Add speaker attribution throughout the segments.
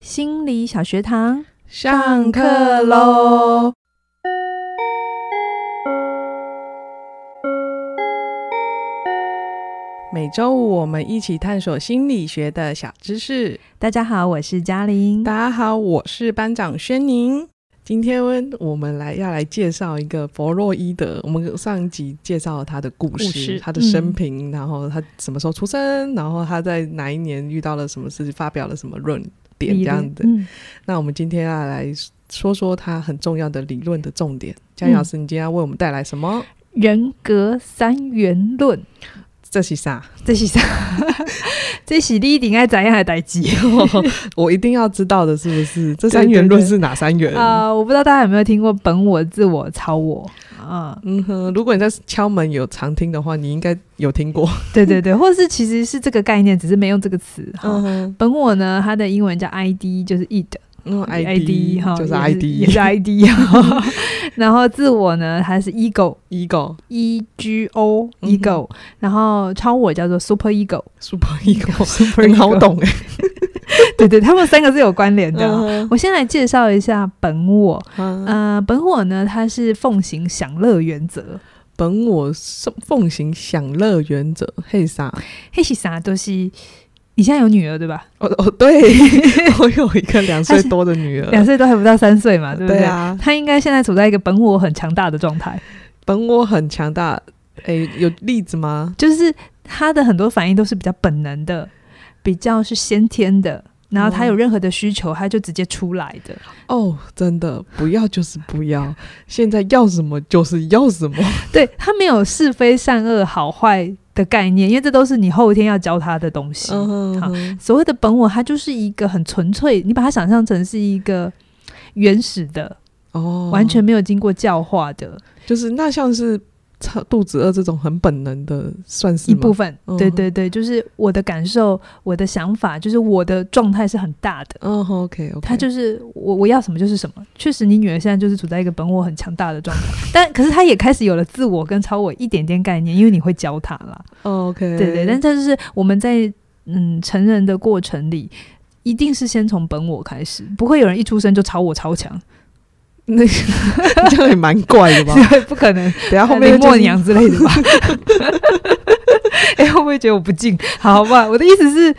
Speaker 1: 心理小学堂，
Speaker 2: 上课喽！每周五我们一起探索心理学的小知识。
Speaker 1: 大家好，我是嘉玲。
Speaker 2: 大家好，我是班长轩宁。今天我们来要来介绍一个弗洛伊德。我们上一集介绍了他的故事、
Speaker 3: 故事
Speaker 2: 他的生平，然后他什么时候出生，然后他在哪一年遇到了什么事，发表了什么论点这
Speaker 1: 理论
Speaker 2: 样的。
Speaker 1: 嗯
Speaker 2: 那我们今天要来说说他很重要的理论的重点。嘉颖老师，你今天要为我们带来什
Speaker 1: 嗯
Speaker 2: 么？
Speaker 1: 人格三元论，
Speaker 2: 这是啥？
Speaker 1: 这是啥？ 这是你一定爱怎样的代志？
Speaker 2: 我一定要知道的，是不是？这
Speaker 1: 对
Speaker 2: 三元论
Speaker 1: 对对
Speaker 2: 是哪三元？
Speaker 1: 啊，我不知道大家有没有听过“本我”“自我”“超我”啊、
Speaker 2: 嗯哼，如果你在敲门有常听的话，你应该有听过。
Speaker 1: 对对对，或者是其实是这个概念，只是没用这个词哈。
Speaker 2: 嗯
Speaker 1: 本我呢，它的英文叫 ID，就是 id，
Speaker 2: 嗯
Speaker 1: ID 哈，
Speaker 2: 就是
Speaker 1: 也
Speaker 2: ID，
Speaker 1: 也是 ID 哈。然后自我呢，它是 ego。
Speaker 2: ego
Speaker 1: E G O
Speaker 2: 嗯哼
Speaker 1: ego，、然后超我叫做 super ego，
Speaker 2: super ego，
Speaker 1: super
Speaker 2: 很好懂哎。
Speaker 1: 对对，他们三个是有关联的哦。
Speaker 2: 嗯
Speaker 1: 我先来介绍一下本我，
Speaker 2: 哼
Speaker 1: 呃，本我呢，它是奉行享乐原则，
Speaker 2: 本我奉奉行享乐原则，嘿啥？
Speaker 1: 黑喜啥啊都是。你现在有女儿对吧？
Speaker 2: 哦哦，对， 我有一个两岁多的女
Speaker 1: 两
Speaker 2: 儿，
Speaker 1: 岁都还不到三岁嘛，对不
Speaker 2: 嗯对啊，
Speaker 1: 她应该现在处在一个本我很强大的状态，
Speaker 2: 本我很强大。诶，有例子吗？
Speaker 1: 就是她的很多反应都是比较本能的，比较是先天的，然后她
Speaker 2: 哦
Speaker 1: 有任何的需求，她就直接出来的。
Speaker 2: 哦，真的，不要就是不 要，现在要什么就是要什么。
Speaker 1: 对他没有是非善恶好坏的概念，因为这都是你后天要教他的东西。
Speaker 2: 嗯
Speaker 1: 好
Speaker 2: 哼
Speaker 1: 所谓的本我，它就是一个很纯粹，你把它想象成是一个原始的，
Speaker 2: 哦，
Speaker 1: 完全没有经过教化的
Speaker 2: 就是那像是肠肚子饿这种很本能的，算是
Speaker 1: 一
Speaker 2: 吗
Speaker 1: 部分。
Speaker 2: 嗯
Speaker 1: 对对对，就是我的感受、我的想法，就是我的状态是很大的。
Speaker 2: 嗯，OK OK，
Speaker 1: 他就是我，我要什么就是什么。确实，你女儿现在就是处在一个本我很强大的状态，但可是她也开始有了自我跟超我一点点概念，因为你会教她啦。
Speaker 2: 哦 OK，
Speaker 1: 对对，但这就是我们在嗯成人的过程里，一定是先从本我开始，不会有人一出生就超我超强，
Speaker 2: 那 这样也蛮怪 的吧？
Speaker 1: 不可能，
Speaker 2: 等一下后面
Speaker 1: 林
Speaker 2: 就是
Speaker 1: 默娘之类的吧。 哎、会不会觉得我不敬？好吧，我的意思是，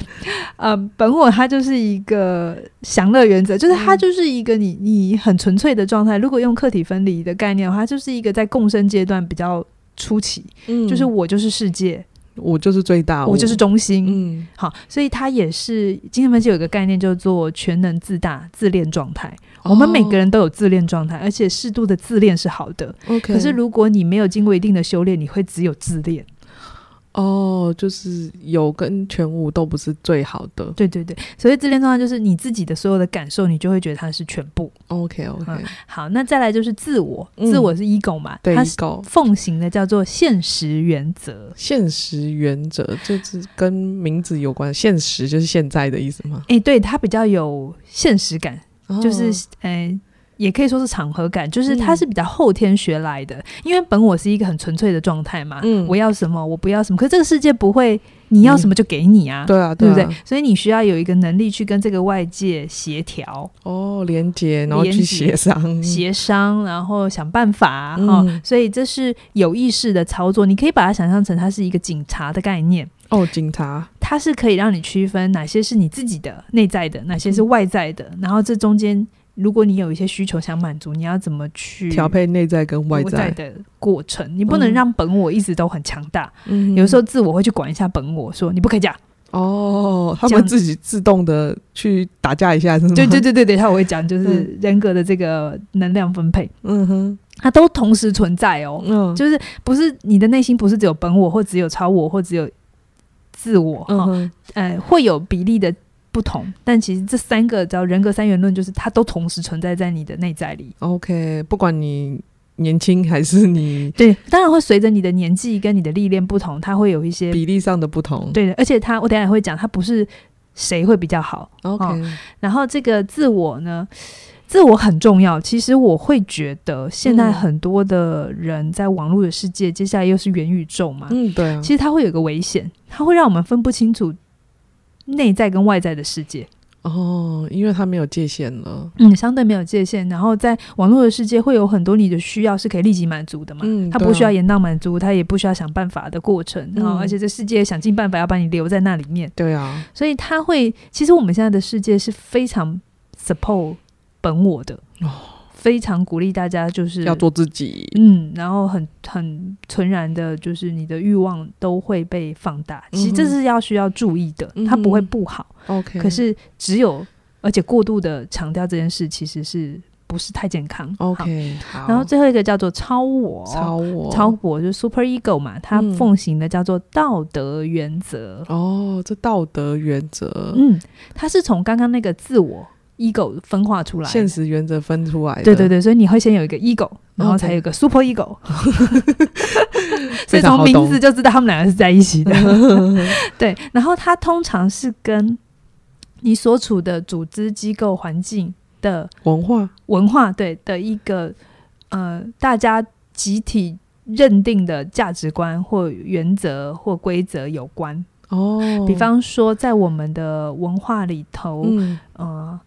Speaker 1: 呃，本我它就是一个享乐原则，就是它
Speaker 2: 嗯
Speaker 1: 就是一个你你很纯粹的状态。如果用客体分离的概念的话，它就是一个在共生阶段比较初期，
Speaker 2: 嗯啊
Speaker 1: 就是我就是世界，
Speaker 2: 我就是最大，
Speaker 1: 我就是中心，
Speaker 2: 嗯
Speaker 1: 好，所以它也是精神分析有一个概念叫做全能自大自恋状态。我们每个人都有自恋状态，而且适度的自恋是好的。
Speaker 2: 哦 OK，
Speaker 1: 可是如果你没有经过一定的修炼，你会只有自恋。
Speaker 2: 哦，就是有跟全无都不是最好的。
Speaker 1: 对对对，所谓自恋状态就是你自己的所有的感受，你就会觉得它是全部。
Speaker 2: OK OK，
Speaker 1: 好，那再来就是自我，
Speaker 2: 嗯
Speaker 1: 自我是 ego 嘛，
Speaker 2: 对
Speaker 1: 它是
Speaker 2: ，ego
Speaker 1: 奉行的叫做现实原则。
Speaker 2: 现实原则就是跟名字有关，现实就是现在的意思吗？
Speaker 1: 诶，对，它比较有现实感，就是
Speaker 2: 哦
Speaker 1: 诶、也可以说是场合感，就是它
Speaker 2: 嗯
Speaker 1: 是比较后天学来的。因为本我是一个很纯粹的状态嘛，
Speaker 2: 嗯
Speaker 1: 我要什么，我不要什么。可是这个世界不会，你要什么就给你啊，
Speaker 2: 对啊，
Speaker 1: 对不
Speaker 2: 啊
Speaker 1: 对？所以你需要有一个能力去跟这个外界协调、
Speaker 2: 哦，连接，然后
Speaker 1: 连
Speaker 2: 去
Speaker 1: 结
Speaker 2: 协商，
Speaker 1: 协商，然后想办法
Speaker 2: 嗯
Speaker 1: 哦。所以这是有意识的操作，你可以把它想象成它是一个警察的概念。
Speaker 2: 哦，警察，
Speaker 1: 它是可以让你区分哪些是你自己的内在的，哪些
Speaker 2: 嗯
Speaker 1: 是外在的，然后这中间，如果你有一些需求想满足，你要怎么去
Speaker 2: 调配内在跟外
Speaker 1: 外
Speaker 2: 在，
Speaker 1: 的过程？你不能
Speaker 2: 嗯
Speaker 1: 让本我一直都很强大，
Speaker 2: 嗯
Speaker 1: 有时候自我会去管一下本我，说你不可以 讲，
Speaker 2: 哦，他
Speaker 1: 这
Speaker 2: 们
Speaker 1: 样
Speaker 2: 自己自动的去打架一下，是吗？
Speaker 1: 对对，对对对，他我会讲，就是
Speaker 2: 嗯
Speaker 1: 人格的这个能量分配，
Speaker 2: 嗯哼，
Speaker 1: 它都同时存在哦，
Speaker 2: 嗯，
Speaker 1: 就是不是你的内心不是只有本我，或只有超我，或只有自我，
Speaker 2: 嗯
Speaker 1: 哈
Speaker 2: 哼，
Speaker 1: 呃，会有比例的不同，但其实这三个叫人格三元论，就是它都同时存在在你的内在里。
Speaker 2: OK，不管你年轻还 是你
Speaker 1: 对，当然会随着你的年纪跟你的历练不同，它会有一些
Speaker 2: 比例上的不同。
Speaker 1: 对的，而且它我等一下也会讲，它不是谁会比较好。
Speaker 2: ，OK，
Speaker 1: 然后这个自我呢，自我很重要。其实我会觉得，现在
Speaker 2: 嗯
Speaker 1: 很多的人在网络的世界，接下来又是元宇宙嘛，
Speaker 2: 嗯，对啊
Speaker 1: 其，实它会有一个危险，它会让我们分不清楚内在跟外在的世界。
Speaker 2: 哦，因为他没有界限了。
Speaker 1: 嗯，相对没有界限。然后在网络的世界，会有很多你的需要是可以立即满足的嘛。
Speaker 2: 嗯
Speaker 1: 他
Speaker 2: 对
Speaker 1: 不需
Speaker 2: 啊
Speaker 1: 要延宕满足，他也不需要想办法的过程。然后，
Speaker 2: 嗯
Speaker 1: 而且这世界想尽办法要把你留在那里面，
Speaker 2: 对啊，
Speaker 1: 所以他会。其实我们现在的世界是非常 support 本我的，
Speaker 2: 哦
Speaker 1: 非常鼓励大家就是
Speaker 2: 要做自己。
Speaker 1: 嗯，然后很很纯然的，就是你的欲望都会被放大。其实这
Speaker 2: 嗯哼嗯
Speaker 1: 是要需要注意的，它不会不好。
Speaker 2: OK，
Speaker 1: 可是只有而且过度的强调这件事，其实是不是太健康好
Speaker 2: OK，好
Speaker 1: 然后最后一个叫做超我，
Speaker 2: 超我
Speaker 1: 超我就是 super ego 嘛，它
Speaker 2: 嗯
Speaker 1: 奉行的叫做道德原则。
Speaker 2: 哦，这道德原则、
Speaker 1: 嗯，它是从刚刚那个自我 ego 分化出来的，
Speaker 2: 现实原则分出来的，
Speaker 1: 对对对，所以你会先有一个 ego，然后
Speaker 2: 哦 OK
Speaker 1: 才有一个 super ego，所
Speaker 2: 非
Speaker 1: 以
Speaker 2: 常
Speaker 1: 从
Speaker 2: 好
Speaker 1: 名
Speaker 2: 懂
Speaker 1: 字就知道他们两个是在一起 的。对，然后它通常是跟你所处的组织机构环境的
Speaker 2: 文化
Speaker 1: 文化对的一个呃大家集体。认定的价值观或原则或规则有关，
Speaker 2: 哦，
Speaker 1: 比方说，在我们的文化里头，
Speaker 2: 嗯
Speaker 1: 呃，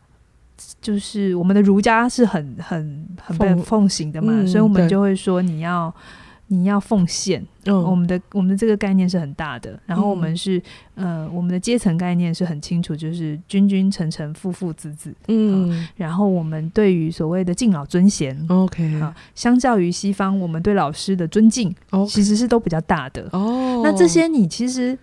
Speaker 1: 就是我们的儒家是很很很被
Speaker 2: 奉
Speaker 1: 奉行的嘛，
Speaker 2: 嗯
Speaker 1: 所以我们
Speaker 2: 对
Speaker 1: 就会说你要你要奉献，我
Speaker 2: 嗯
Speaker 1: 们的我们的这个概念是很大的，然后我
Speaker 2: 嗯
Speaker 1: 们是、呃我们的阶层概念是很清楚，就是君君臣臣父父子子，
Speaker 2: 嗯
Speaker 1: 然后我们对于所谓的敬老尊贤。
Speaker 2: ，OK，
Speaker 1: 啊，相较于西方，我们对老师的尊敬
Speaker 2: 哦
Speaker 1: 其实是都比较大的。
Speaker 2: 哦，
Speaker 1: 那这些你其实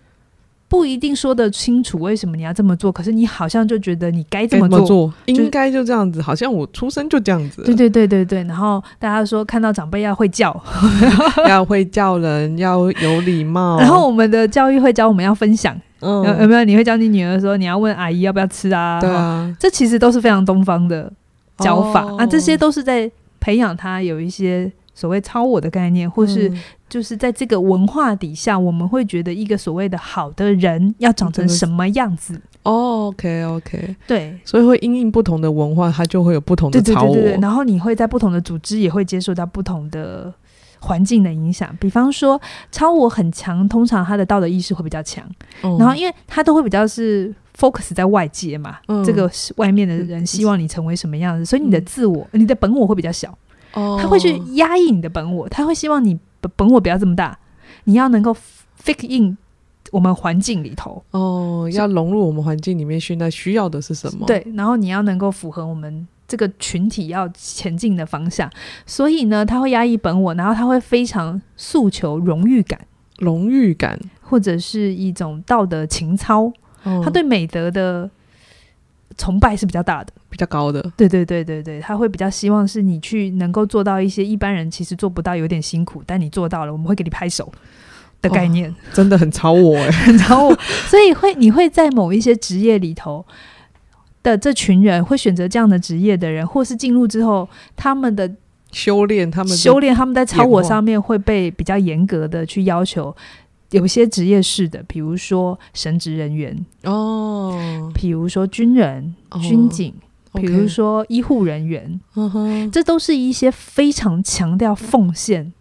Speaker 1: 不一定说得清楚为什么你要这么做，可是你好像就觉得你该这
Speaker 2: 该
Speaker 1: 么
Speaker 2: 怎
Speaker 1: 做
Speaker 2: 么，做？
Speaker 1: 是
Speaker 2: 应该就这样子，好像我出生就这样子了，
Speaker 1: 对对对对对，然后大家说看到长辈要会叫，
Speaker 2: 哦要会叫人，要有礼 貌，
Speaker 1: 然后我们的教育会教我们要分享，有有
Speaker 2: 嗯，
Speaker 1: 没有？你会教你女儿说你要问阿姨要不要吃啊？
Speaker 2: 对
Speaker 1: 哈，
Speaker 2: 啊，
Speaker 1: 这其实都是非常东方的教法、
Speaker 2: 哦
Speaker 1: 啊，这些都是在培养他有一些所谓超我的概念，或是
Speaker 2: 嗯
Speaker 1: 就是在这个文化底下，我们会觉得一个所谓的好的人要长成
Speaker 2: 真的是
Speaker 1: 什么样子？
Speaker 2: 哦，OK OK，
Speaker 1: 对。
Speaker 2: 所以会因应不同的文化，它就会有不同的
Speaker 1: 对对
Speaker 2: 朝
Speaker 1: 对
Speaker 2: 我，
Speaker 1: 对对，然后你会在不同的组织也会接受到不同的环境的影响。比方说，超我很强，通常他的道德意识会比较强，
Speaker 2: 嗯
Speaker 1: 然后因为他都会比较是 focus 在外界嘛，
Speaker 2: 嗯
Speaker 1: 这个是外面的人
Speaker 2: 嗯
Speaker 1: 希望你成为什么样子，所以你的
Speaker 2: 嗯
Speaker 1: 自我、你的本我会比较小，
Speaker 2: 哦
Speaker 1: 他会去压抑你的本我，他会希望你本本我不要这么大，你要能够 fit in 我们环境里头。
Speaker 2: 哦，
Speaker 1: 是
Speaker 2: 要融入我们环境里面，现在需要的是什么？，
Speaker 1: 对，然后你要能够符合我们这个群体要前进的方向，所以呢，他会压抑本我，然后他会非常诉求荣誉感，
Speaker 2: 荣誉感，
Speaker 1: 或者是一种道德情操，
Speaker 2: 嗯
Speaker 1: 他对美德的崇拜是比较大的。
Speaker 2: 比较高的，
Speaker 1: 对对对对对，他会比较希望是你去能够做到一些一般人其实做不到，有点辛苦，但你做到了，我们会给你拍手。的概
Speaker 2: 哦
Speaker 1: 念，
Speaker 2: 真的很超我哎、
Speaker 1: 然后所以会你会在某一些职业里头的这群人会选择这样的职业的人，或是进入之后，他们的
Speaker 2: 修炼他们 的
Speaker 1: 修炼，他们在超我
Speaker 2: 演化
Speaker 1: 上面会被比较严格的去要求。有些职业是的，比如说神职人员，
Speaker 2: 哦，
Speaker 1: 比如说军人、
Speaker 2: 哦
Speaker 1: 军警，比
Speaker 2: OK
Speaker 1: 如，说医护人员，
Speaker 2: 嗯哼，
Speaker 1: 这都是一些非常强调奉献、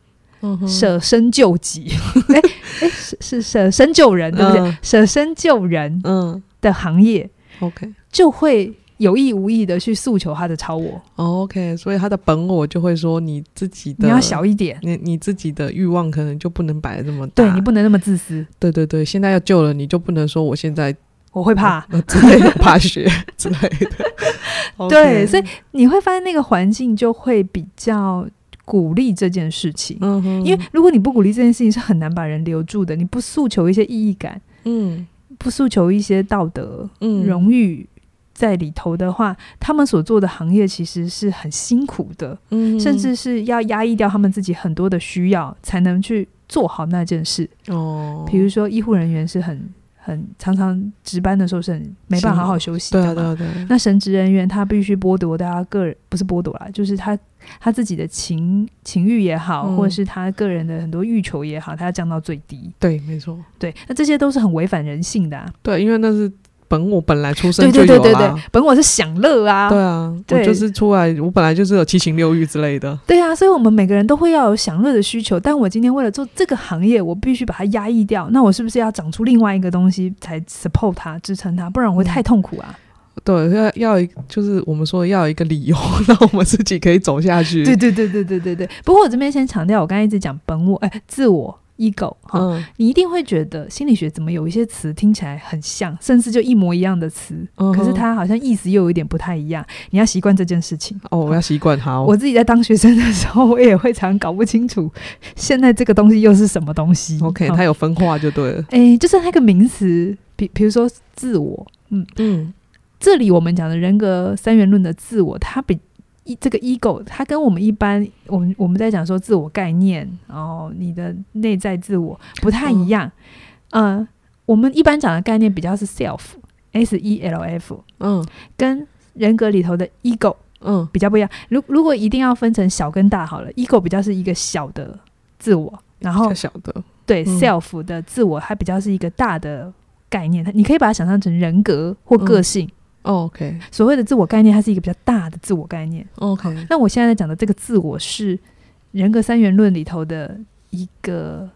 Speaker 2: 嗯哼，
Speaker 1: 舍身救 己。哎哎，是是舍身救人，对不对？
Speaker 2: 嗯
Speaker 1: 舍身救人
Speaker 2: 嗯
Speaker 1: 的行业，
Speaker 2: ，OK
Speaker 1: 就会有意无意的去诉求他的超我，
Speaker 2: 哦 OK，所以他的本我就会说你自己的，
Speaker 1: 你要小一点，
Speaker 2: 你你自己的欲望可能就不能摆得这么大，
Speaker 1: 对你不能那么自私，
Speaker 2: 对对对，现在要救了你就不能说我现在
Speaker 1: 我会怕。
Speaker 2: 呃之类的怕血 之类的，
Speaker 1: 对
Speaker 2: OK
Speaker 1: 所以你会发现那个环境就会比较鼓励这件事情，
Speaker 2: 嗯哼，
Speaker 1: 因为如果你不鼓励这件事情，是很难把人留住的。你不诉求一些意义感，
Speaker 2: 嗯
Speaker 1: 不诉求一些道德、
Speaker 2: 嗯
Speaker 1: 荣誉在里头的话，他们所做的行业其实是很辛苦的，
Speaker 2: 嗯
Speaker 1: 甚至是要压抑掉他们自己很多的需要，才能去做好那件事。
Speaker 2: 哦，
Speaker 1: 比如说医护人员是很很常常值班的时候是很没办法好好休息
Speaker 2: 对
Speaker 1: 的
Speaker 2: 啊
Speaker 1: 嘛。
Speaker 2: 对啊对啊，
Speaker 1: 那神职人员他必须剥夺大家个人不是剥夺啦，就是他他自己的情情欲也好，
Speaker 2: 嗯
Speaker 1: 或者是他个人的很多欲求也好，他要降到最低。
Speaker 2: 对，没错。
Speaker 1: 对，那这些都是很违反人性的、啊。
Speaker 2: 对，因为那是本我本来出生
Speaker 1: 对
Speaker 2: 就
Speaker 1: 对
Speaker 2: 有
Speaker 1: 对对
Speaker 2: 啦
Speaker 1: 对，本我是享乐啊。
Speaker 2: 对啊，
Speaker 1: 对
Speaker 2: 我就是出来，我本来就是有七情六欲之类的。
Speaker 1: 对啊，所以我们每个人都会要有享乐的需求，但我今天为了做这个行业，我必须把它压
Speaker 2: 嗯
Speaker 1: 抑掉。那我是不是要长出另外一个东西才 support 它、支撑它？不然我会太痛苦啊！
Speaker 2: 对，要要一就是我们说要有一个理由，让我们自己可以走下去。
Speaker 1: 对对对对对对对。不过我这边先强调，我刚才一直讲本我，哎、自我 ego 哈、
Speaker 2: 嗯
Speaker 1: 你一定会觉得心理学怎么有一些词听起来很像，甚至就一模一样的词，
Speaker 2: 嗯哼
Speaker 1: 可是它好像意思又有一点不太一样。你要习惯这件事情。
Speaker 2: 哦，我要习惯它哦。
Speaker 1: 我自己在当学生的时候，我也会常搞不清楚现在这个东西又是什么东西。
Speaker 2: OK，
Speaker 1: 哦
Speaker 2: 它有分化就对了。
Speaker 1: 诶，就是那个名词，比比如说自我，嗯，
Speaker 2: 嗯
Speaker 1: 这里我们讲的人格三元论的自我，它比一这个 ego，它跟我们一般我们我们在讲说自我概念，然后你的内在自我不太一样。
Speaker 2: 哦
Speaker 1: 嗯、呃，我们一般讲的概念比较是 self，s e l f，
Speaker 2: 嗯
Speaker 1: 跟人格里头的 ego
Speaker 2: 嗯
Speaker 1: 比较不一样。如如果一定要分成小跟大好了，ego 比较是一个小的自我，然后
Speaker 2: 较小的。
Speaker 1: 对、
Speaker 2: 嗯
Speaker 1: self 的自我，它比较是一个大的概念，它你可以把它想象成人格或个性。
Speaker 2: 哦 OK
Speaker 1: 所谓的自我概念，它是一个比较大的自我概念。
Speaker 2: 哦 OK，
Speaker 1: 那我现在在讲的这个自我是人格三元论里头的一个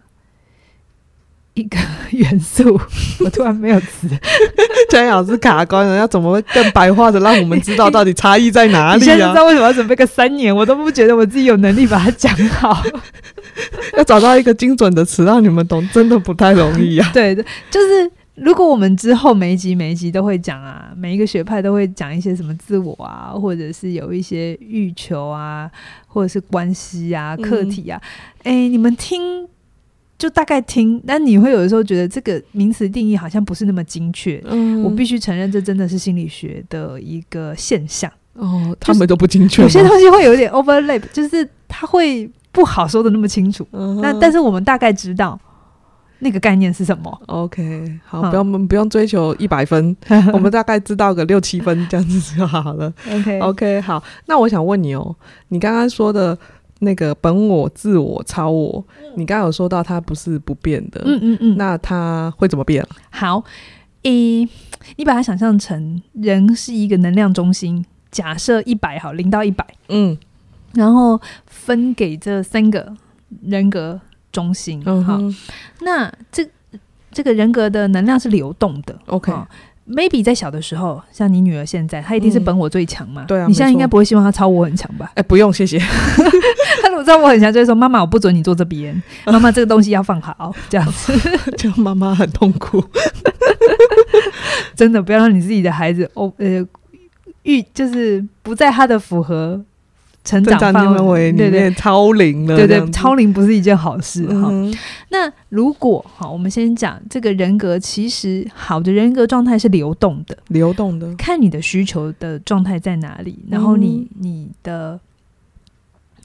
Speaker 1: 一个 元素。我突然没有词，
Speaker 2: 嘉颖老师卡关了，要怎么会更白话的让我们知 道到底差异在哪
Speaker 1: 你
Speaker 2: 里
Speaker 1: 现在知
Speaker 2: 啊？
Speaker 1: 道为什么要准备个三年，我都不觉得我自己有能力把它讲好。
Speaker 2: 要找到一个精准的词让你们懂，真的不太容易 啊。
Speaker 1: 对，就是如果我们之后每一集每一集都会讲啊，每一个学派都会讲一些什么自我啊，或者是有一些欲求啊，或者是关系啊、
Speaker 2: 嗯
Speaker 1: 课题啊，哎、你们听。就大概听，但你会有的时候觉得这个名词定义好像不是那么精确。
Speaker 2: 嗯
Speaker 1: 我必须承认，这真的是心理学的一个现象。
Speaker 2: 哦，他们都不精确
Speaker 1: 有
Speaker 2: 吗。
Speaker 1: 些东西会有点 overlap，就是它会不好说的那么清楚。
Speaker 2: 嗯哼
Speaker 1: 那但是我们大概知道那个概念是什么。
Speaker 2: OK，好，
Speaker 1: 嗯
Speaker 2: 不用不用追求一百分， 我们大概知道个六七分这样子就好 了。
Speaker 1: OK，
Speaker 2: OK，好，那我想问你哦，你刚刚说的那个本我、自我、超我，你刚刚有说到它不是不变的，
Speaker 1: 嗯嗯嗯，
Speaker 2: 那它会怎么变啊？
Speaker 1: 好，诶、你把它想象成人是一个能量中心，假设一百好，零到一百，
Speaker 2: 嗯
Speaker 1: 然后分给这三个人格中心。
Speaker 2: 嗯
Speaker 1: 好，
Speaker 2: 哼
Speaker 1: 那这这个人格的能量是流动的。
Speaker 2: ，OK，
Speaker 1: 好 Maybe 在小的时候，像你女儿现在，她一定是
Speaker 2: 嗯
Speaker 1: 本我最强嘛。
Speaker 2: 对啊
Speaker 1: 你现在
Speaker 2: 没错
Speaker 1: 应该不会希望她超我很强吧？
Speaker 2: 哎，不用，谢 谢。
Speaker 1: 她如果知道我很强，就会说：“妈妈，我不准你坐这边，妈妈这个东西要放好。”这样子，
Speaker 2: 这样妈妈很痛苦。
Speaker 1: 真的不要让你自己的孩子哦，呃，遇就是不在他的符合成
Speaker 2: 正
Speaker 1: 长
Speaker 2: 常
Speaker 1: 范
Speaker 2: 范围
Speaker 1: 围，
Speaker 2: 里
Speaker 1: 对对
Speaker 2: 面超龄了，
Speaker 1: 对
Speaker 2: 这
Speaker 1: 对，
Speaker 2: 样子
Speaker 1: 超龄不是一件好事哈、
Speaker 2: 嗯
Speaker 1: 那如果好，我们先讲这个人格，其实好的人格状态是流动的，
Speaker 2: 流动的，
Speaker 1: 看你的需求的状态在哪里，
Speaker 2: 嗯
Speaker 1: 然后你、你的。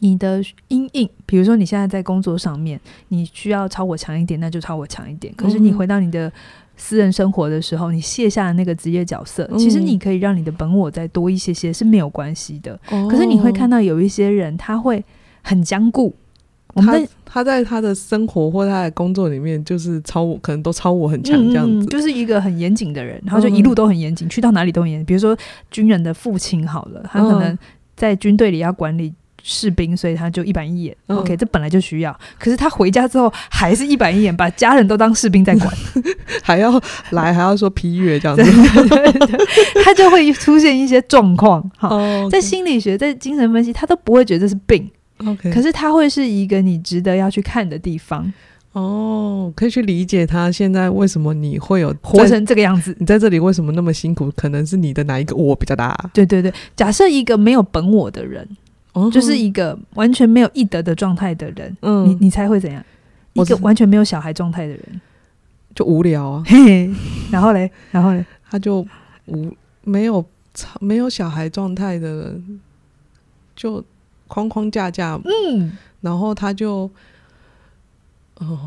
Speaker 1: 你的阴影，比如说你现在在工作上面，你需要超我强一点，那就超我强一点。可是你
Speaker 2: 嗯
Speaker 1: 回到你的私人生活的时候，你卸下了那个职业角色，其实
Speaker 2: 嗯
Speaker 1: 你可以让你的本我再多一些些是没有关系的。
Speaker 2: 可
Speaker 1: 可是你
Speaker 2: 哦
Speaker 1: 会看到有一些人，他会很僵固。我们
Speaker 2: 他
Speaker 1: 在
Speaker 2: 他在他的生活或他的工作里面，就是超我，可能都超我很强这样
Speaker 1: 嗯嗯嗯
Speaker 2: 子。
Speaker 1: 就是一个很严谨的人，然后就一
Speaker 2: 嗯
Speaker 1: 路都很严谨，去到哪里都很严谨。比如说军人的父亲好了，他可能
Speaker 2: 嗯
Speaker 1: 在军队里要管理。士兵，所以他就一板一眼。
Speaker 2: 嗯
Speaker 1: OK，这本来就需要。可是他回家之后还是一板一眼，把家人都当士兵在 管，嗯
Speaker 2: 还要来还要说批阅这样 子
Speaker 1: 对。对对对他就会出现一些状况。哈，
Speaker 2: 哦
Speaker 1: 在心理学、在精神分析，他都不会觉得这是病，
Speaker 2: OK，
Speaker 1: 可是他会是一个你值得要去看的地方，
Speaker 2: 哦，可以去理解他现在为什么你会有
Speaker 1: 活
Speaker 2: 在
Speaker 1: 成这个样子。
Speaker 2: 你在这里为什么那么辛苦？可能是你的哪一个我比较大？
Speaker 1: 对对对，假设一个没有本我的人，
Speaker 2: 哦
Speaker 1: 就是一个完全没有义德的状态的人，
Speaker 2: 嗯，
Speaker 1: 你你猜会怎样？一
Speaker 2: 我
Speaker 1: 个
Speaker 2: 知
Speaker 1: 完全没有小孩状态的 人，
Speaker 2: 就无聊啊，
Speaker 1: 嘿嘿，然后嘞，然后嘞，
Speaker 2: 他就无没有操没有小孩状态的人，就框框架架，
Speaker 1: 嗯，
Speaker 2: 然后他就哦。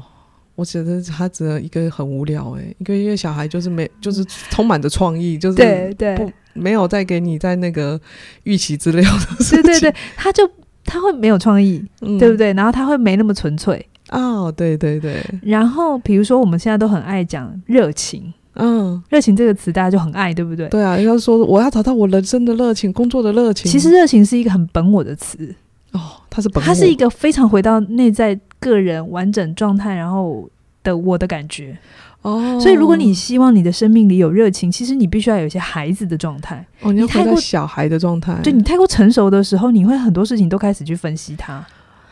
Speaker 2: 我觉得他只能一个很无聊哎、一个因为小孩就是没就是充满着创意，就是
Speaker 1: 对对
Speaker 2: 不没有再给你在那个预期资料的事
Speaker 1: 对
Speaker 2: 情，
Speaker 1: 对对，他就他会没有创意，
Speaker 2: 嗯
Speaker 1: 对不对？然后他会没那么纯粹。
Speaker 2: 哦，对对对，
Speaker 1: 然后比如说我们现在都很爱讲热情，
Speaker 2: 嗯，
Speaker 1: 热情这个词大家就很爱，对不对？
Speaker 2: 对啊，要说我要找到我人生的热情，工作的热情。
Speaker 1: 其实热情是一个很本我的词，
Speaker 2: 哦，它是本我，
Speaker 1: 它是一个非常回到内在个人完整状态，然后的我的感觉。
Speaker 2: 哦，
Speaker 1: 所以，如果你希望你的生命里有热情，其实你必须要有一些孩子的状态。
Speaker 2: 哦，你要
Speaker 1: 你太
Speaker 2: 回到
Speaker 1: 过
Speaker 2: 小孩的状态，
Speaker 1: 就你太过成熟的时候，你会很多事情都开始去分析它，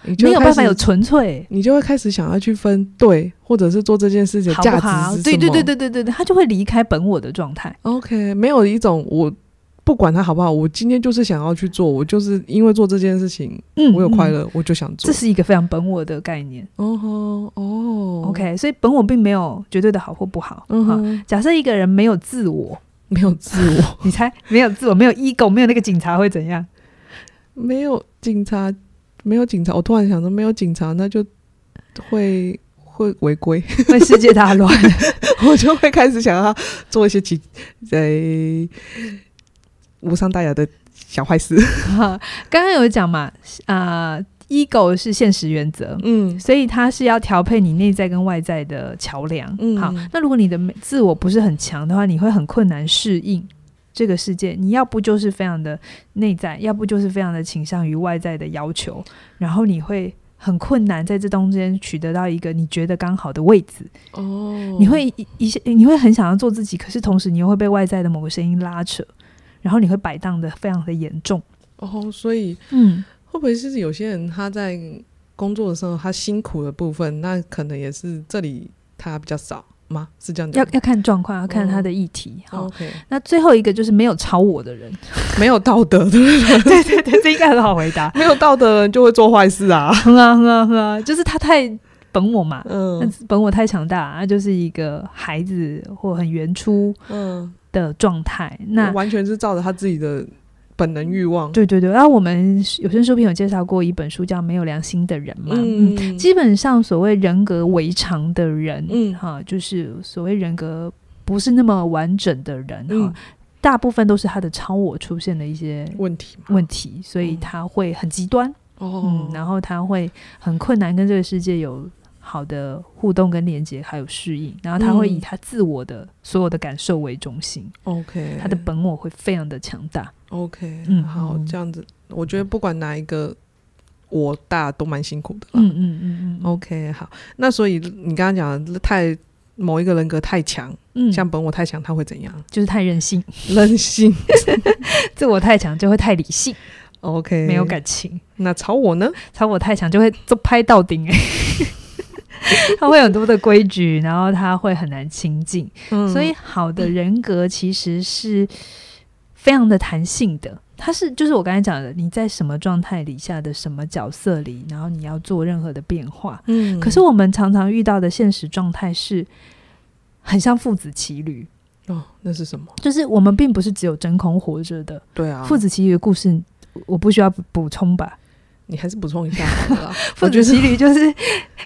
Speaker 2: 你就
Speaker 1: 没有
Speaker 2: 开
Speaker 1: 办法
Speaker 2: 始
Speaker 1: 有纯粹，
Speaker 2: 你就会开始想要去分对，或者是做这件事情的
Speaker 1: 好
Speaker 2: 价
Speaker 1: 不
Speaker 2: 值
Speaker 1: 好？
Speaker 2: 是
Speaker 1: 对
Speaker 2: 什
Speaker 1: 对
Speaker 2: 么
Speaker 1: 对对对对，对他就会离开本我的状态。
Speaker 2: ，OK，没有一种我不管它好不好，我今天就是想要去做，我就是因为做这件事情
Speaker 1: 嗯，
Speaker 2: 我有快
Speaker 1: 嗯，
Speaker 2: 乐，我就想做
Speaker 1: 这。是一个非常本我的概念。
Speaker 2: 哦吼哦
Speaker 1: OK，所以本我并没有绝对的好或不好。
Speaker 2: 嗯
Speaker 1: 啊
Speaker 2: 哼，
Speaker 1: 假设一个人没有自我，
Speaker 2: 没有自我，
Speaker 1: 你猜 没有自我，没有 ego，没有那个警察会怎样？
Speaker 2: 没有警察，没有警察，我突然想到，没有警察，那就会会违规，
Speaker 1: 会世界大乱。
Speaker 2: 我就会开始想要做一些奇在无伤大雅的小坏事。
Speaker 1: 哈刚刚有讲嘛，啊、e g o 是现实原则，
Speaker 2: 嗯
Speaker 1: 所以它是要调配你内在跟外在的桥梁。
Speaker 2: 嗯
Speaker 1: 好，那如果你的自我不是很强的话，你会很困难适应这个世界。你要不就是非常的内在，要不就是非常的倾向于外在的要求，然后你会。很困难，在这中间取得到一个你觉得刚好的位置，
Speaker 2: 哦
Speaker 1: 你会一一些，你会很想要做自己，可是同时你又会被外在的某个声音拉扯，然后你会摆荡的非常的严重。
Speaker 2: 哦，所以
Speaker 1: 嗯，
Speaker 2: 会不会是有些人他在工作的时候他辛苦的部分，那可能也是这里他比较少吗？是这样
Speaker 1: 要
Speaker 2: 讲吗？哦
Speaker 1: 要看状况，要看他的议题。好，
Speaker 2: OK，
Speaker 1: 那最后一个就是没有超我的人，
Speaker 2: 没有道德的，。
Speaker 1: 对对对， 这应该很好回答
Speaker 2: 没有道德的人就会做坏事 啊。
Speaker 1: 哼啊哼啊哼啊，就是他太本我嘛，那
Speaker 2: 嗯
Speaker 1: 本我太强大，他就是一个孩子或很原初
Speaker 2: 嗯，
Speaker 1: 的状态。那
Speaker 2: 完全是照着他自己的本能欲望。
Speaker 1: 对对对，然后我们有声书评有介绍过一本书叫《没有良心的人》嘛，嗯，
Speaker 2: 嗯，
Speaker 1: 基本上所谓人格为常的人，
Speaker 2: 嗯
Speaker 1: 哈，就是所谓人格不是那么完整的人，哈，
Speaker 2: 嗯
Speaker 1: 大部分都是他的超我出现的一些
Speaker 2: 问题嘛。
Speaker 1: 问题，所以
Speaker 2: 嗯
Speaker 1: 他会很极端，嗯
Speaker 2: 哦，，
Speaker 1: 然后他会很困难跟这个世界有好的互动跟连接，还有适应，然后他会以
Speaker 2: 嗯
Speaker 1: 他自我的所有的感受为中心，
Speaker 2: OK，
Speaker 1: 他的本我会非常的强大。
Speaker 2: OK，
Speaker 1: 嗯
Speaker 2: 好，
Speaker 1: 嗯
Speaker 2: 这样子，我觉得不管哪一个我大都蛮辛苦的啦。
Speaker 1: 嗯嗯嗯嗯
Speaker 2: OK，好，那所以你刚刚讲的太某一个人格太强，
Speaker 1: 嗯，
Speaker 2: 像本我太强，他会怎样？
Speaker 1: 就是太任性，
Speaker 2: 任性。
Speaker 1: 自我太强就会太理性，
Speaker 2: OK，
Speaker 1: 没有。感情；
Speaker 2: 那朝我呢？
Speaker 1: 超我太强就会就拍到顶、欸。 他会有很多的规矩，然后他会很难亲近，
Speaker 2: 嗯
Speaker 1: 所以好的人格其实是非常的弹性的。它是就是我刚才讲的，你在什么状态底下的什么角色里，然后你要做任何的变化。
Speaker 2: 嗯
Speaker 1: 可是我们常常遇到的现实状态是，很像父子骑驴，
Speaker 2: 哦，那是什么？
Speaker 1: 就是我们并不是只有真空活着的。
Speaker 2: 对啊，
Speaker 1: 父子骑驴的故事，我不需要补补充吧？
Speaker 2: 你还是补充一下 好了啦。
Speaker 1: 父子骑驴就是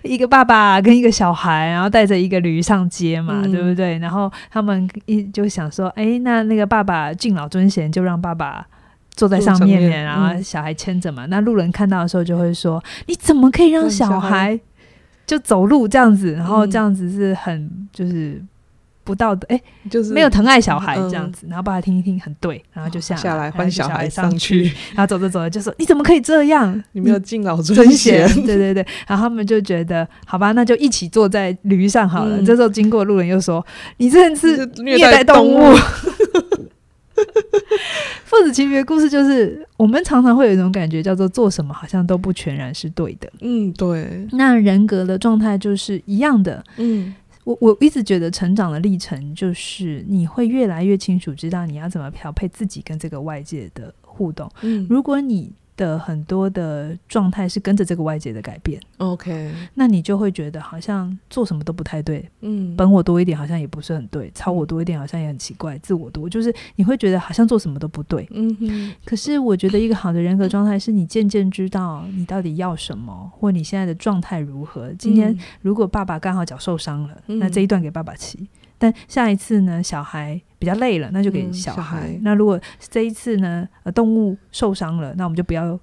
Speaker 1: 一个爸爸跟一个小孩，然后带着一个驴上街嘛，
Speaker 2: 嗯
Speaker 1: 对不对？然后他们一就想说，哎，那那个爸爸敬老尊贤，就让爸爸。坐在上面
Speaker 2: 坐
Speaker 1: 面，
Speaker 2: 上面
Speaker 1: 然后
Speaker 2: 嗯
Speaker 1: 小孩牵着嘛。那路人看到的时候就会说：“你怎么可以让
Speaker 2: 让小
Speaker 1: 小
Speaker 2: 孩
Speaker 1: 孩就走路这样子？然后
Speaker 2: 嗯
Speaker 1: 这样子是很就是不道德，哎，
Speaker 2: 就是
Speaker 1: 没有疼爱小孩
Speaker 2: 嗯
Speaker 1: 这样子。”然后爸爸听一听，很对，然后就下
Speaker 2: 下来
Speaker 1: 来
Speaker 2: 换
Speaker 1: 啊小
Speaker 2: 小孩
Speaker 1: 上
Speaker 2: 上。去，
Speaker 1: 然后走着走着就说：“你怎么可以这样？
Speaker 2: 你没有敬老
Speaker 1: 尊
Speaker 2: 尊
Speaker 1: 贤
Speaker 2: 贤，，
Speaker 1: 对对对，然后他们就觉得，好吧，那就一起坐在驴上好了。
Speaker 2: 嗯
Speaker 1: 这时候经过路人又说：“你真的是
Speaker 2: 是
Speaker 1: 虐
Speaker 2: 虐待
Speaker 1: 动
Speaker 2: 动
Speaker 1: 物。” 父子情别故事就是，我们常常会有一种感觉，叫做做什么好像都不全然是对的。
Speaker 2: 嗯，对，
Speaker 1: 那人格的状态就是一样的。
Speaker 2: 嗯
Speaker 1: 我我一直觉得成长的历程就是，你会越来越清楚知道你要怎么调配自己跟这个外界的互动。
Speaker 2: 嗯
Speaker 1: 如果你的很多的状态是跟着这个外界的改变，
Speaker 2: ，OK，
Speaker 1: 那你就会觉得好像做什么都不太对，
Speaker 2: 嗯，
Speaker 1: 本我多一点好像也不是很对，超我多一点好像也很奇怪，自我多就是你会觉得好像做什么都不对。
Speaker 2: 嗯哼，
Speaker 1: 可是我觉得一个好的人格状态是你渐渐知道你到底要什么，或你现在的状态如何。今天
Speaker 2: 嗯
Speaker 1: 如果爸爸刚好脚受伤了，
Speaker 2: 嗯
Speaker 1: 那这一段给爸爸骑。但下一次呢，小孩比较累了，那就给
Speaker 2: 嗯
Speaker 1: 小
Speaker 2: 小
Speaker 1: 孩。
Speaker 2: 孩
Speaker 1: 那如果这一次呢，呃，动物受伤了，那我们就不要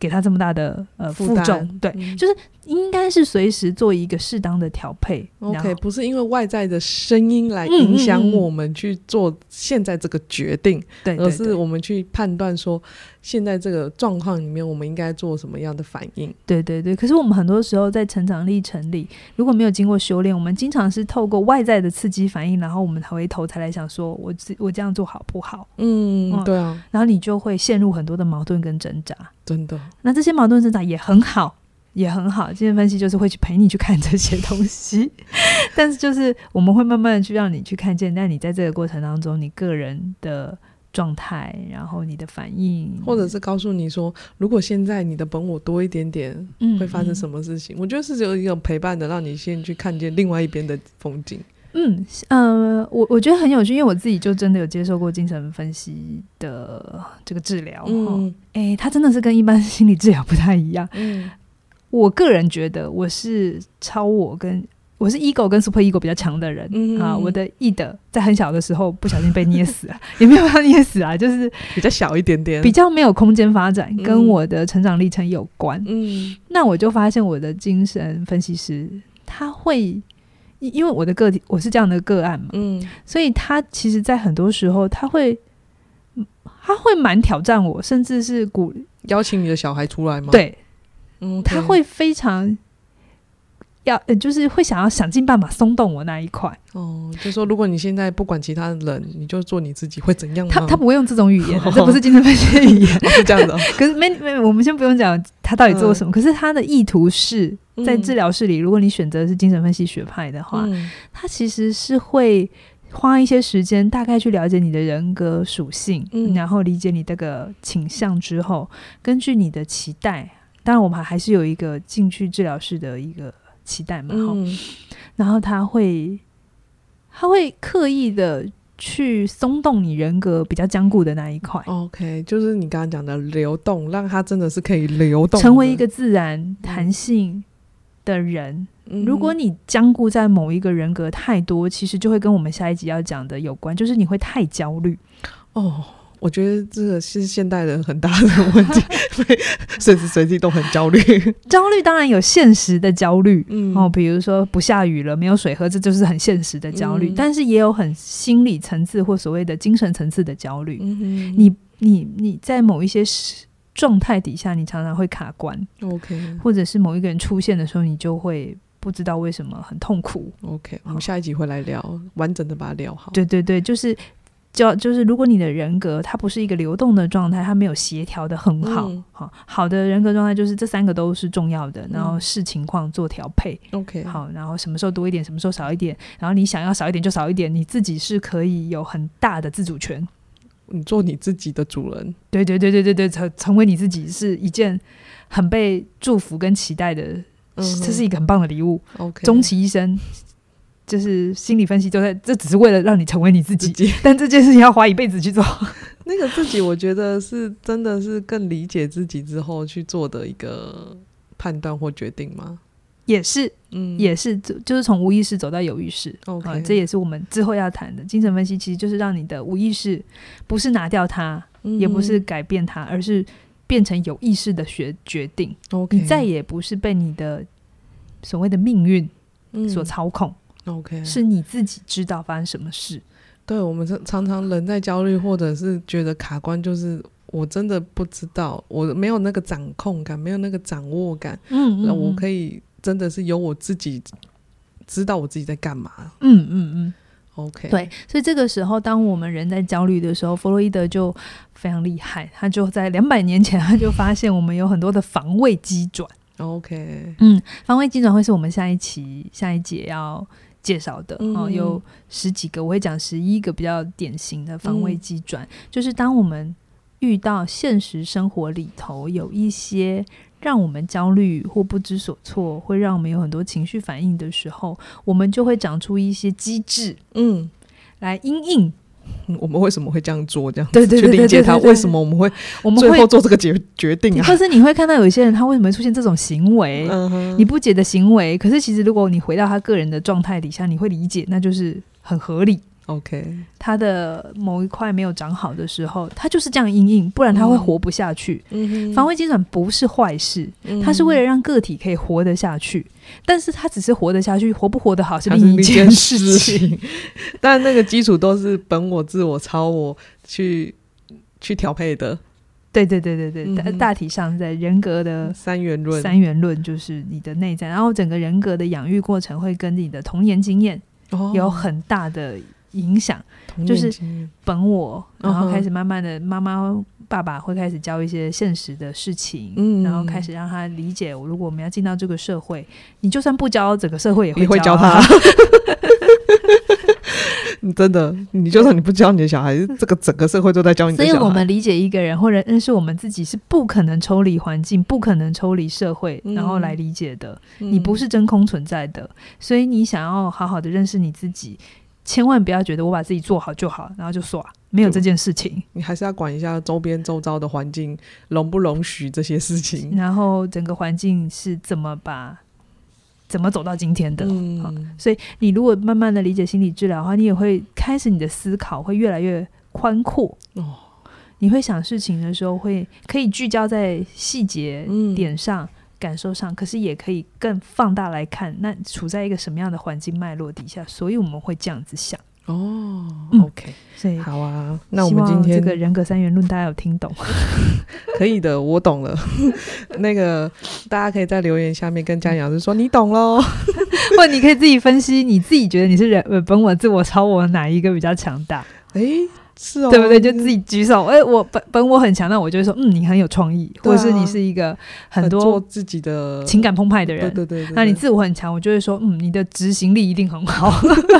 Speaker 1: 给他这么大的呃
Speaker 2: 负
Speaker 1: 负
Speaker 2: 担
Speaker 1: 重。对，
Speaker 2: 嗯
Speaker 1: 就是应该是随时做一个适当的调配。然后
Speaker 2: OK，不是因为外在的声音来影响我们去做现在这个决定，
Speaker 1: 对
Speaker 2: 而
Speaker 1: 嗯对
Speaker 2: 是
Speaker 1: 对，
Speaker 2: 我们去判断说现在这个状况里面，我们应该做什么样的反应？
Speaker 1: 对对对，可是我们很多时候在成长历程里，如果没有经过修炼，我们经常是透过外在的刺激反应，然后我们回头才来想说，我自我这样做好不好？
Speaker 2: 嗯
Speaker 1: 嗯，
Speaker 2: 对啊，
Speaker 1: 然后你就会陷入很多的矛盾跟挣扎。
Speaker 2: 真的，
Speaker 1: 那这些矛盾挣扎也很好，也很好。精神分析就是会去陪你去看这些东西， 但是就是我们会慢慢的去让你去看见，但你在这个过程当中，你个人的状态，然后你的反应，
Speaker 2: 或者是告诉你说，如果现在你的本我多一点点，
Speaker 1: 嗯
Speaker 2: 会发生
Speaker 1: 么？
Speaker 2: 什么事情？我觉得是有一种陪伴的，让你先去看见另外一边的风景。
Speaker 1: 嗯呃，我我觉得很有趣，因为我自己就真的有接受过精神分析的这个治疗，嗯，
Speaker 2: 嗯
Speaker 1: 哎、它真的是跟一般 心理治疗不太一样。
Speaker 2: 嗯
Speaker 1: 我个人觉得我是超我跟我是 ego 跟 super ego 比较强的人、
Speaker 2: 嗯
Speaker 1: 啊，我的 e 的在很小的时候不小心被捏死了， 也没有要捏死啊，就是
Speaker 2: 比较小一点点，
Speaker 1: 比较没有空间发展，
Speaker 2: 嗯
Speaker 1: 跟我的成长历程有关。
Speaker 2: 嗯
Speaker 1: 那我就发现我的精神分析师他会。因因为我的个体我是这样的个案嘛，
Speaker 2: 嗯
Speaker 1: 所以他其实，在很多时候他会，他会蛮挑战我，甚至是鼓
Speaker 2: 邀请你的小孩出来吗？，
Speaker 1: 对
Speaker 2: 嗯，
Speaker 1: 他
Speaker 2: 对
Speaker 1: 会非常要，呃，就是会想要想尽办法松动我那一块。
Speaker 2: 哦，就说如果你现在不管其他人，你就做你自己，会怎样吗？
Speaker 1: 他他不会用这种语言啊，这不是精神分析的语言。
Speaker 2: 哦是这样的哦，
Speaker 1: 可是没没，我们先不用讲他到底
Speaker 2: 嗯
Speaker 1: 做了什么。可是他的意图是 在治
Speaker 2: 疗
Speaker 1: 疗室里，如果你选择的是精神分析学派的话，
Speaker 2: 嗯
Speaker 1: 他其实是会。花一些时间，大概去了解你的人格属性，
Speaker 2: 嗯
Speaker 1: 然后理解你这个倾向之后，根据你的期待，当然我们还是有一个进去治疗室的一个期待嘛，哈、
Speaker 2: 嗯
Speaker 1: 然后他会，他会刻意的去松动你人格比较坚固的那一块，
Speaker 2: 哦，OK，就是你刚刚讲的流动，让他真的是可以流动的，
Speaker 1: 成为一个自然弹性的人。
Speaker 2: 嗯，
Speaker 1: 如果你坚固在某一个人格太多，其实就会跟我们下一集要讲的有关，就是你会太焦虑。
Speaker 2: 哦。我觉得这个是现代人很大的问 题， 对随时随地都很焦虑。
Speaker 1: 焦虑当然有现实的焦虑。
Speaker 2: 嗯，
Speaker 1: 哦，比如说不下雨了，没有水喝，这就是很现实的焦虑。
Speaker 2: 嗯
Speaker 1: 但是也有很心理层次或所谓的精神层次的焦虑。
Speaker 2: 嗯哼，
Speaker 1: 你你你在某一些时状态底下，你常常会卡关，
Speaker 2: 嗯 OK
Speaker 1: 或者是某一个人出现的时候，你就会不知道为什么很痛苦。
Speaker 2: OK，我们下一集会来聊完整的把它聊好。
Speaker 1: 对对对，就是就就是，如果你的人格它不是一个流动的状态，它没有协调的很好，
Speaker 2: 嗯
Speaker 1: 好好的人格状态就是这三个都是重要的，然后
Speaker 2: 嗯
Speaker 1: 视情况做调配，
Speaker 2: ，OK，，
Speaker 1: 好，然后什么时候多一点，什么时候少一点，然后你想要少一点就少一点，你自己是可以有很大的自主权。
Speaker 2: 你做你自己的主人。
Speaker 1: 对对对对对对，成成为你自己是一件很被祝福跟期待的，
Speaker 2: 嗯哼，
Speaker 1: 这是一个很棒的礼物。
Speaker 2: OK
Speaker 1: 终其一生，就是心理分析都在，这只是为了让你成为你自己，
Speaker 2: 自己。
Speaker 1: 但这件事情要花一辈子去做。
Speaker 2: 那个自己，我觉得是真的是更理解自己之后去做的一个判断或决定吗？
Speaker 1: 也是，
Speaker 2: 嗯，
Speaker 1: 也是，就就是从无意识走到有意识。
Speaker 2: OK，、
Speaker 1: 啊，这也是我们之后要谈的精神分析，其实就是让你的无意识不是拿掉它，
Speaker 2: 嗯
Speaker 1: 也不是改变它，而是变成有意识的决决定。
Speaker 2: OK，
Speaker 1: 你再也不是被你的所谓的命运
Speaker 2: 嗯
Speaker 1: 所操控，
Speaker 2: OK
Speaker 1: 是你自己知道发生什么事。
Speaker 2: 对我们常常常人在焦虑或者是觉得卡关，就是我真的不知道，我没有那个掌控感，没有那个掌握感，
Speaker 1: 嗯
Speaker 2: 那、我
Speaker 1: 以，
Speaker 2: 可以真的是由我自己知道我自己在干嘛。
Speaker 1: 嗯嗯嗯，
Speaker 2: OK，
Speaker 1: 对。所以这个时候，当我们人在焦虑的时候，弗洛伊德就非常厉害，他就在两百年前他就发现我们有很多的防卫机转。
Speaker 2: ，OK，
Speaker 1: 嗯，防卫机转会是我们下一期下一节要。介绍的
Speaker 2: 嗯
Speaker 1: 哦，有十几个，我会讲十一个比较典型的防
Speaker 2: 嗯
Speaker 1: 卫机转，就是当我们遇到现实生活里头有一些让我们焦虑或不知所措，会让我们有很多情绪反应的时候，我们就会长出一些机制
Speaker 2: 嗯。
Speaker 1: 来因应。
Speaker 2: 嗯我们为什么会这样做？这样
Speaker 1: 对对对
Speaker 2: 去理解
Speaker 1: 对对
Speaker 2: 他
Speaker 1: 对对
Speaker 2: 为什么我们会
Speaker 1: 我们
Speaker 2: 最
Speaker 1: 会
Speaker 2: 后，做这个决决定啊？
Speaker 1: 或是你会看到有些人他为什么会出现这种行为，
Speaker 2: 嗯哼
Speaker 1: 你不解的行为，可是其实如果你回到他个人的状态底下，你会理解，那就是很合理。
Speaker 2: OK，
Speaker 1: 他的某一块没有长好的时候，他就是这样阴影，不然他会
Speaker 2: 嗯
Speaker 1: 活不下去。
Speaker 2: 嗯
Speaker 1: 防卫精神不是坏事，它是为了让个体可以活得下去，但是它只是活得下去，活不活得好是
Speaker 2: 它是
Speaker 1: 另
Speaker 2: 另一
Speaker 1: 一
Speaker 2: 件
Speaker 1: 件
Speaker 2: 事
Speaker 1: 事情。
Speaker 2: 情，但那个基础都是本我、自我、超我去去调配的。
Speaker 1: 对对对对对，
Speaker 2: 嗯
Speaker 1: 大
Speaker 2: 哼
Speaker 1: 大体上在人格的
Speaker 2: 呃三元论，
Speaker 1: 嗯三元论就是你的内在，然后整个人格的养育过程会跟你的童年经验
Speaker 2: 哦
Speaker 1: 有很大的影响。
Speaker 2: 童
Speaker 1: 就
Speaker 2: 年
Speaker 1: 是
Speaker 2: 经验
Speaker 1: 本我，然
Speaker 2: 嗯
Speaker 1: 后
Speaker 2: 哼
Speaker 1: 开始慢慢的，妈妈、爸爸会开始教一些现实的事情，
Speaker 2: 嗯
Speaker 1: 然后开始让他理解，如果我们要进到这个社会，你就算不教，整个社会也
Speaker 2: 也会
Speaker 1: 教啊
Speaker 2: 教 他。你 真的，你就算你不教你的小孩，这个整个社会都在教你
Speaker 1: 所
Speaker 2: 的
Speaker 1: 以，
Speaker 2: 小孩。
Speaker 1: 我们理解一个人或者认识我们自己是不可能抽离环境、不可能抽离社会，
Speaker 2: 嗯
Speaker 1: 然后来理解的。
Speaker 2: 你
Speaker 1: 你不是真空存在的，所以你想要好好的认识你自己，千万不要觉得我把自己做好就好，然后就耍，没有这件事情。
Speaker 2: 你还是要管一下周边周遭的环境容不容许这些事情。
Speaker 1: 然后整个环境是怎么把怎么走到今天的。好
Speaker 2: 嗯，
Speaker 1: 所以你如果慢慢的理解心理治疗的话，你也会开始你的思考会越来越宽阔。
Speaker 2: 哦，
Speaker 1: 你会想事情的时候会可以聚焦在细节
Speaker 2: 嗯
Speaker 1: 点上。感受上，可是也可以更放大来看，那处在一个什么样的环境脉络底下，所以我们会这样子想。
Speaker 2: 哦
Speaker 1: 嗯
Speaker 2: ，OK，
Speaker 1: 所以，
Speaker 2: 好啊，那我们今
Speaker 1: 这
Speaker 2: 天
Speaker 1: 个人格三元论大家有听懂？
Speaker 2: 可以的，我懂了。 那个大家可以在留言下面跟嘉颖老师说你懂喽。
Speaker 1: 或你可以自己分析，你自己觉得你是人呃本我、自我、超我哪一个比较强大？
Speaker 2: 诶，是哦，
Speaker 1: 对不对？就自己举手，哎、我本本我很强，那我就会说，嗯，你很有创意，
Speaker 2: 对
Speaker 1: 或
Speaker 2: 啊
Speaker 1: 者是你是一个很
Speaker 2: 做
Speaker 1: 多
Speaker 2: 自己的
Speaker 1: 情感澎湃的
Speaker 2: 对
Speaker 1: 人。
Speaker 2: 对对对，
Speaker 1: 那你
Speaker 2: 对
Speaker 1: 自我很强，我就会说，嗯，你的执行力一定很好。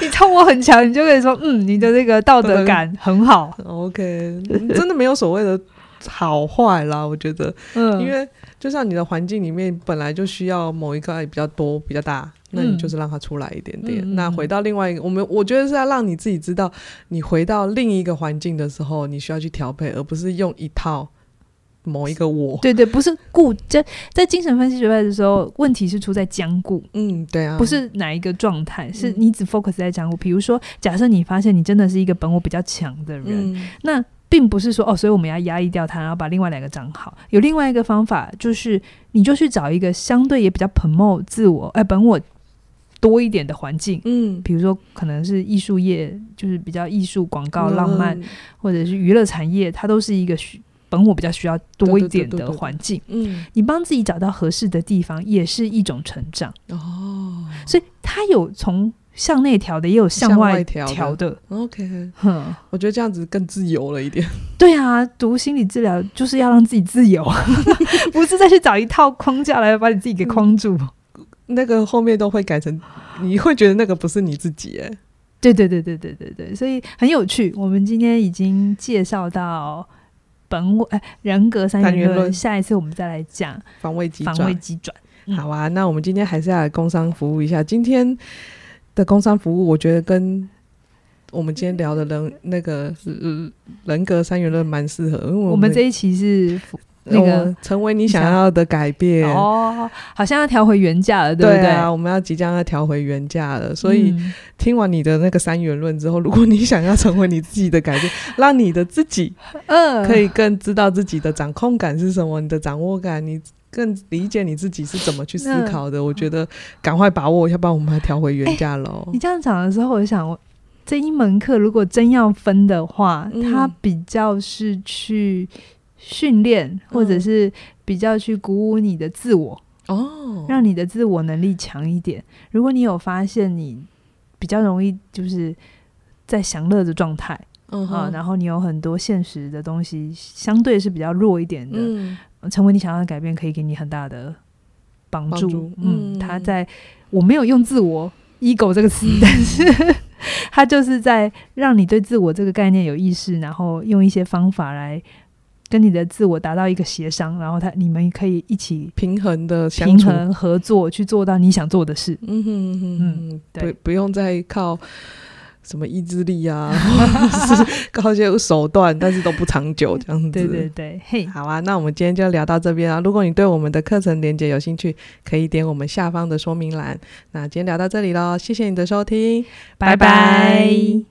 Speaker 1: 你超我很强，你就可以说，嗯，你的这个道德感很好。
Speaker 2: OK，嗯真的没有所谓的好坏啦，我觉得，
Speaker 1: 嗯，
Speaker 2: 因为就像你的环境里面本来就需要某一个爱比较多、比较大，那你
Speaker 1: 嗯
Speaker 2: 就是让它出来一点点。
Speaker 1: 嗯嗯
Speaker 2: 那
Speaker 1: 嗯
Speaker 2: 回到另外一个，我们我觉得是要让你自己知道，你回到另一个环境的时候，你需要去调配，而不是用一套某一个我。
Speaker 1: 对对，不是固在在精神分析学派的时候，问题是出在僵固。
Speaker 2: 嗯，对啊，
Speaker 1: 不是哪一个状态，是你只 focus 在僵固。比如说，假设你发现你真的是一个本我比较强的人，
Speaker 2: 嗯，
Speaker 1: 那并不是说哦，所以我们要压抑掉它，然后把另外两个长好。有另外一个方法，就是你就去找一个相对也比较 promote 自我，哎、本我多一点的环境。
Speaker 2: 嗯，
Speaker 1: 比如说，可能是艺术业，就是比较艺术、广告、
Speaker 2: 嗯
Speaker 1: 浪漫，，或者是娱乐产业，它都是一个需本我比较需要多一点
Speaker 2: 对对对对
Speaker 1: 的
Speaker 2: 对对
Speaker 1: 环境。
Speaker 2: 嗯，
Speaker 1: 你帮自己找到合适的地方，也是一种成长。
Speaker 2: 哦
Speaker 1: 所以，它有从向内调的，也有向
Speaker 2: 向
Speaker 1: 外
Speaker 2: 外调的嗯
Speaker 1: 调的。
Speaker 2: ，OK，
Speaker 1: 哼，
Speaker 2: 我觉得这样子更自由了一点。
Speaker 1: 对啊，读心理治疗就是要让自己自由， 不是再去找一套框架来把你自己给框住。
Speaker 2: 那个后面都会改成，你会觉得那个不是你自己哎、
Speaker 1: 对对对对对对对，所以很有趣。我们今天已经介绍到本我、哎人格三
Speaker 2: 三
Speaker 1: 元
Speaker 2: 元
Speaker 1: 论，
Speaker 2: 论
Speaker 1: 下一次我们再来讲
Speaker 2: 防卫机
Speaker 1: 防
Speaker 2: 转
Speaker 1: 卫。机转。嗯
Speaker 2: 好啊，那我们今天还是要来工商服务一下。今天的工商服务，我觉得跟我们今天聊的
Speaker 1: 嗯
Speaker 2: 人那个、呃人格三元论蛮适合，因为
Speaker 1: 我
Speaker 2: 我
Speaker 1: 们这一期是
Speaker 2: 呃
Speaker 1: 那个
Speaker 2: 成为你想要的改变。
Speaker 1: 哦，好像要调回原价了，对不
Speaker 2: 对
Speaker 1: 对？
Speaker 2: 啊，我们要即将要调回原价了，所以
Speaker 1: 嗯
Speaker 2: 听完你的那个三元论之后，如果你想要成为你自己的改变，让你的自己
Speaker 1: 呃，
Speaker 2: 可以更知道自己的掌控感是什么，你的掌握感，你更理解你自己是怎么去思考的。我觉得赶快把握，要不然我们还调回原价喽。
Speaker 1: 你这样讲的时候，我就想，我这一门课如果真要分的话，
Speaker 2: 嗯
Speaker 1: 它比较是去训练，或
Speaker 2: 嗯
Speaker 1: 者是比较去鼓舞你的自我，
Speaker 2: 哦，
Speaker 1: 让你的自我能力强一点。如果你有发现你比较容易就是在享乐的状态
Speaker 2: 嗯
Speaker 1: 啊、
Speaker 2: 哼
Speaker 1: 然后你有很多现实的东西，相对是比较弱一点的，
Speaker 2: 嗯
Speaker 1: 成为你想要的改变，可以给你很大的帮助。
Speaker 2: 帮助
Speaker 1: 嗯，
Speaker 2: 嗯
Speaker 1: 他在我没有用“自我 ”（ego） 这个词，但是 他就是在让你对自我这个概念有意识，然后用一些方法来跟你的自我达到一个协商，然后他你们可以一起
Speaker 2: 平衡的相
Speaker 1: 平
Speaker 2: 处，
Speaker 1: 衡合作，去做到你想做的事。
Speaker 2: 嗯哼嗯哼嗯，
Speaker 1: 对
Speaker 2: 不不用再靠。什么意志力 啊，或者是靠一些手段，但是都不长久这样子。
Speaker 1: 对对对，嘿，
Speaker 2: 好啊，那我们今天就聊到这边啊。如果你对我们的课程连接有兴趣，可以点我们下方的说明栏。那今天聊到这里喽，谢谢你的收听，拜拜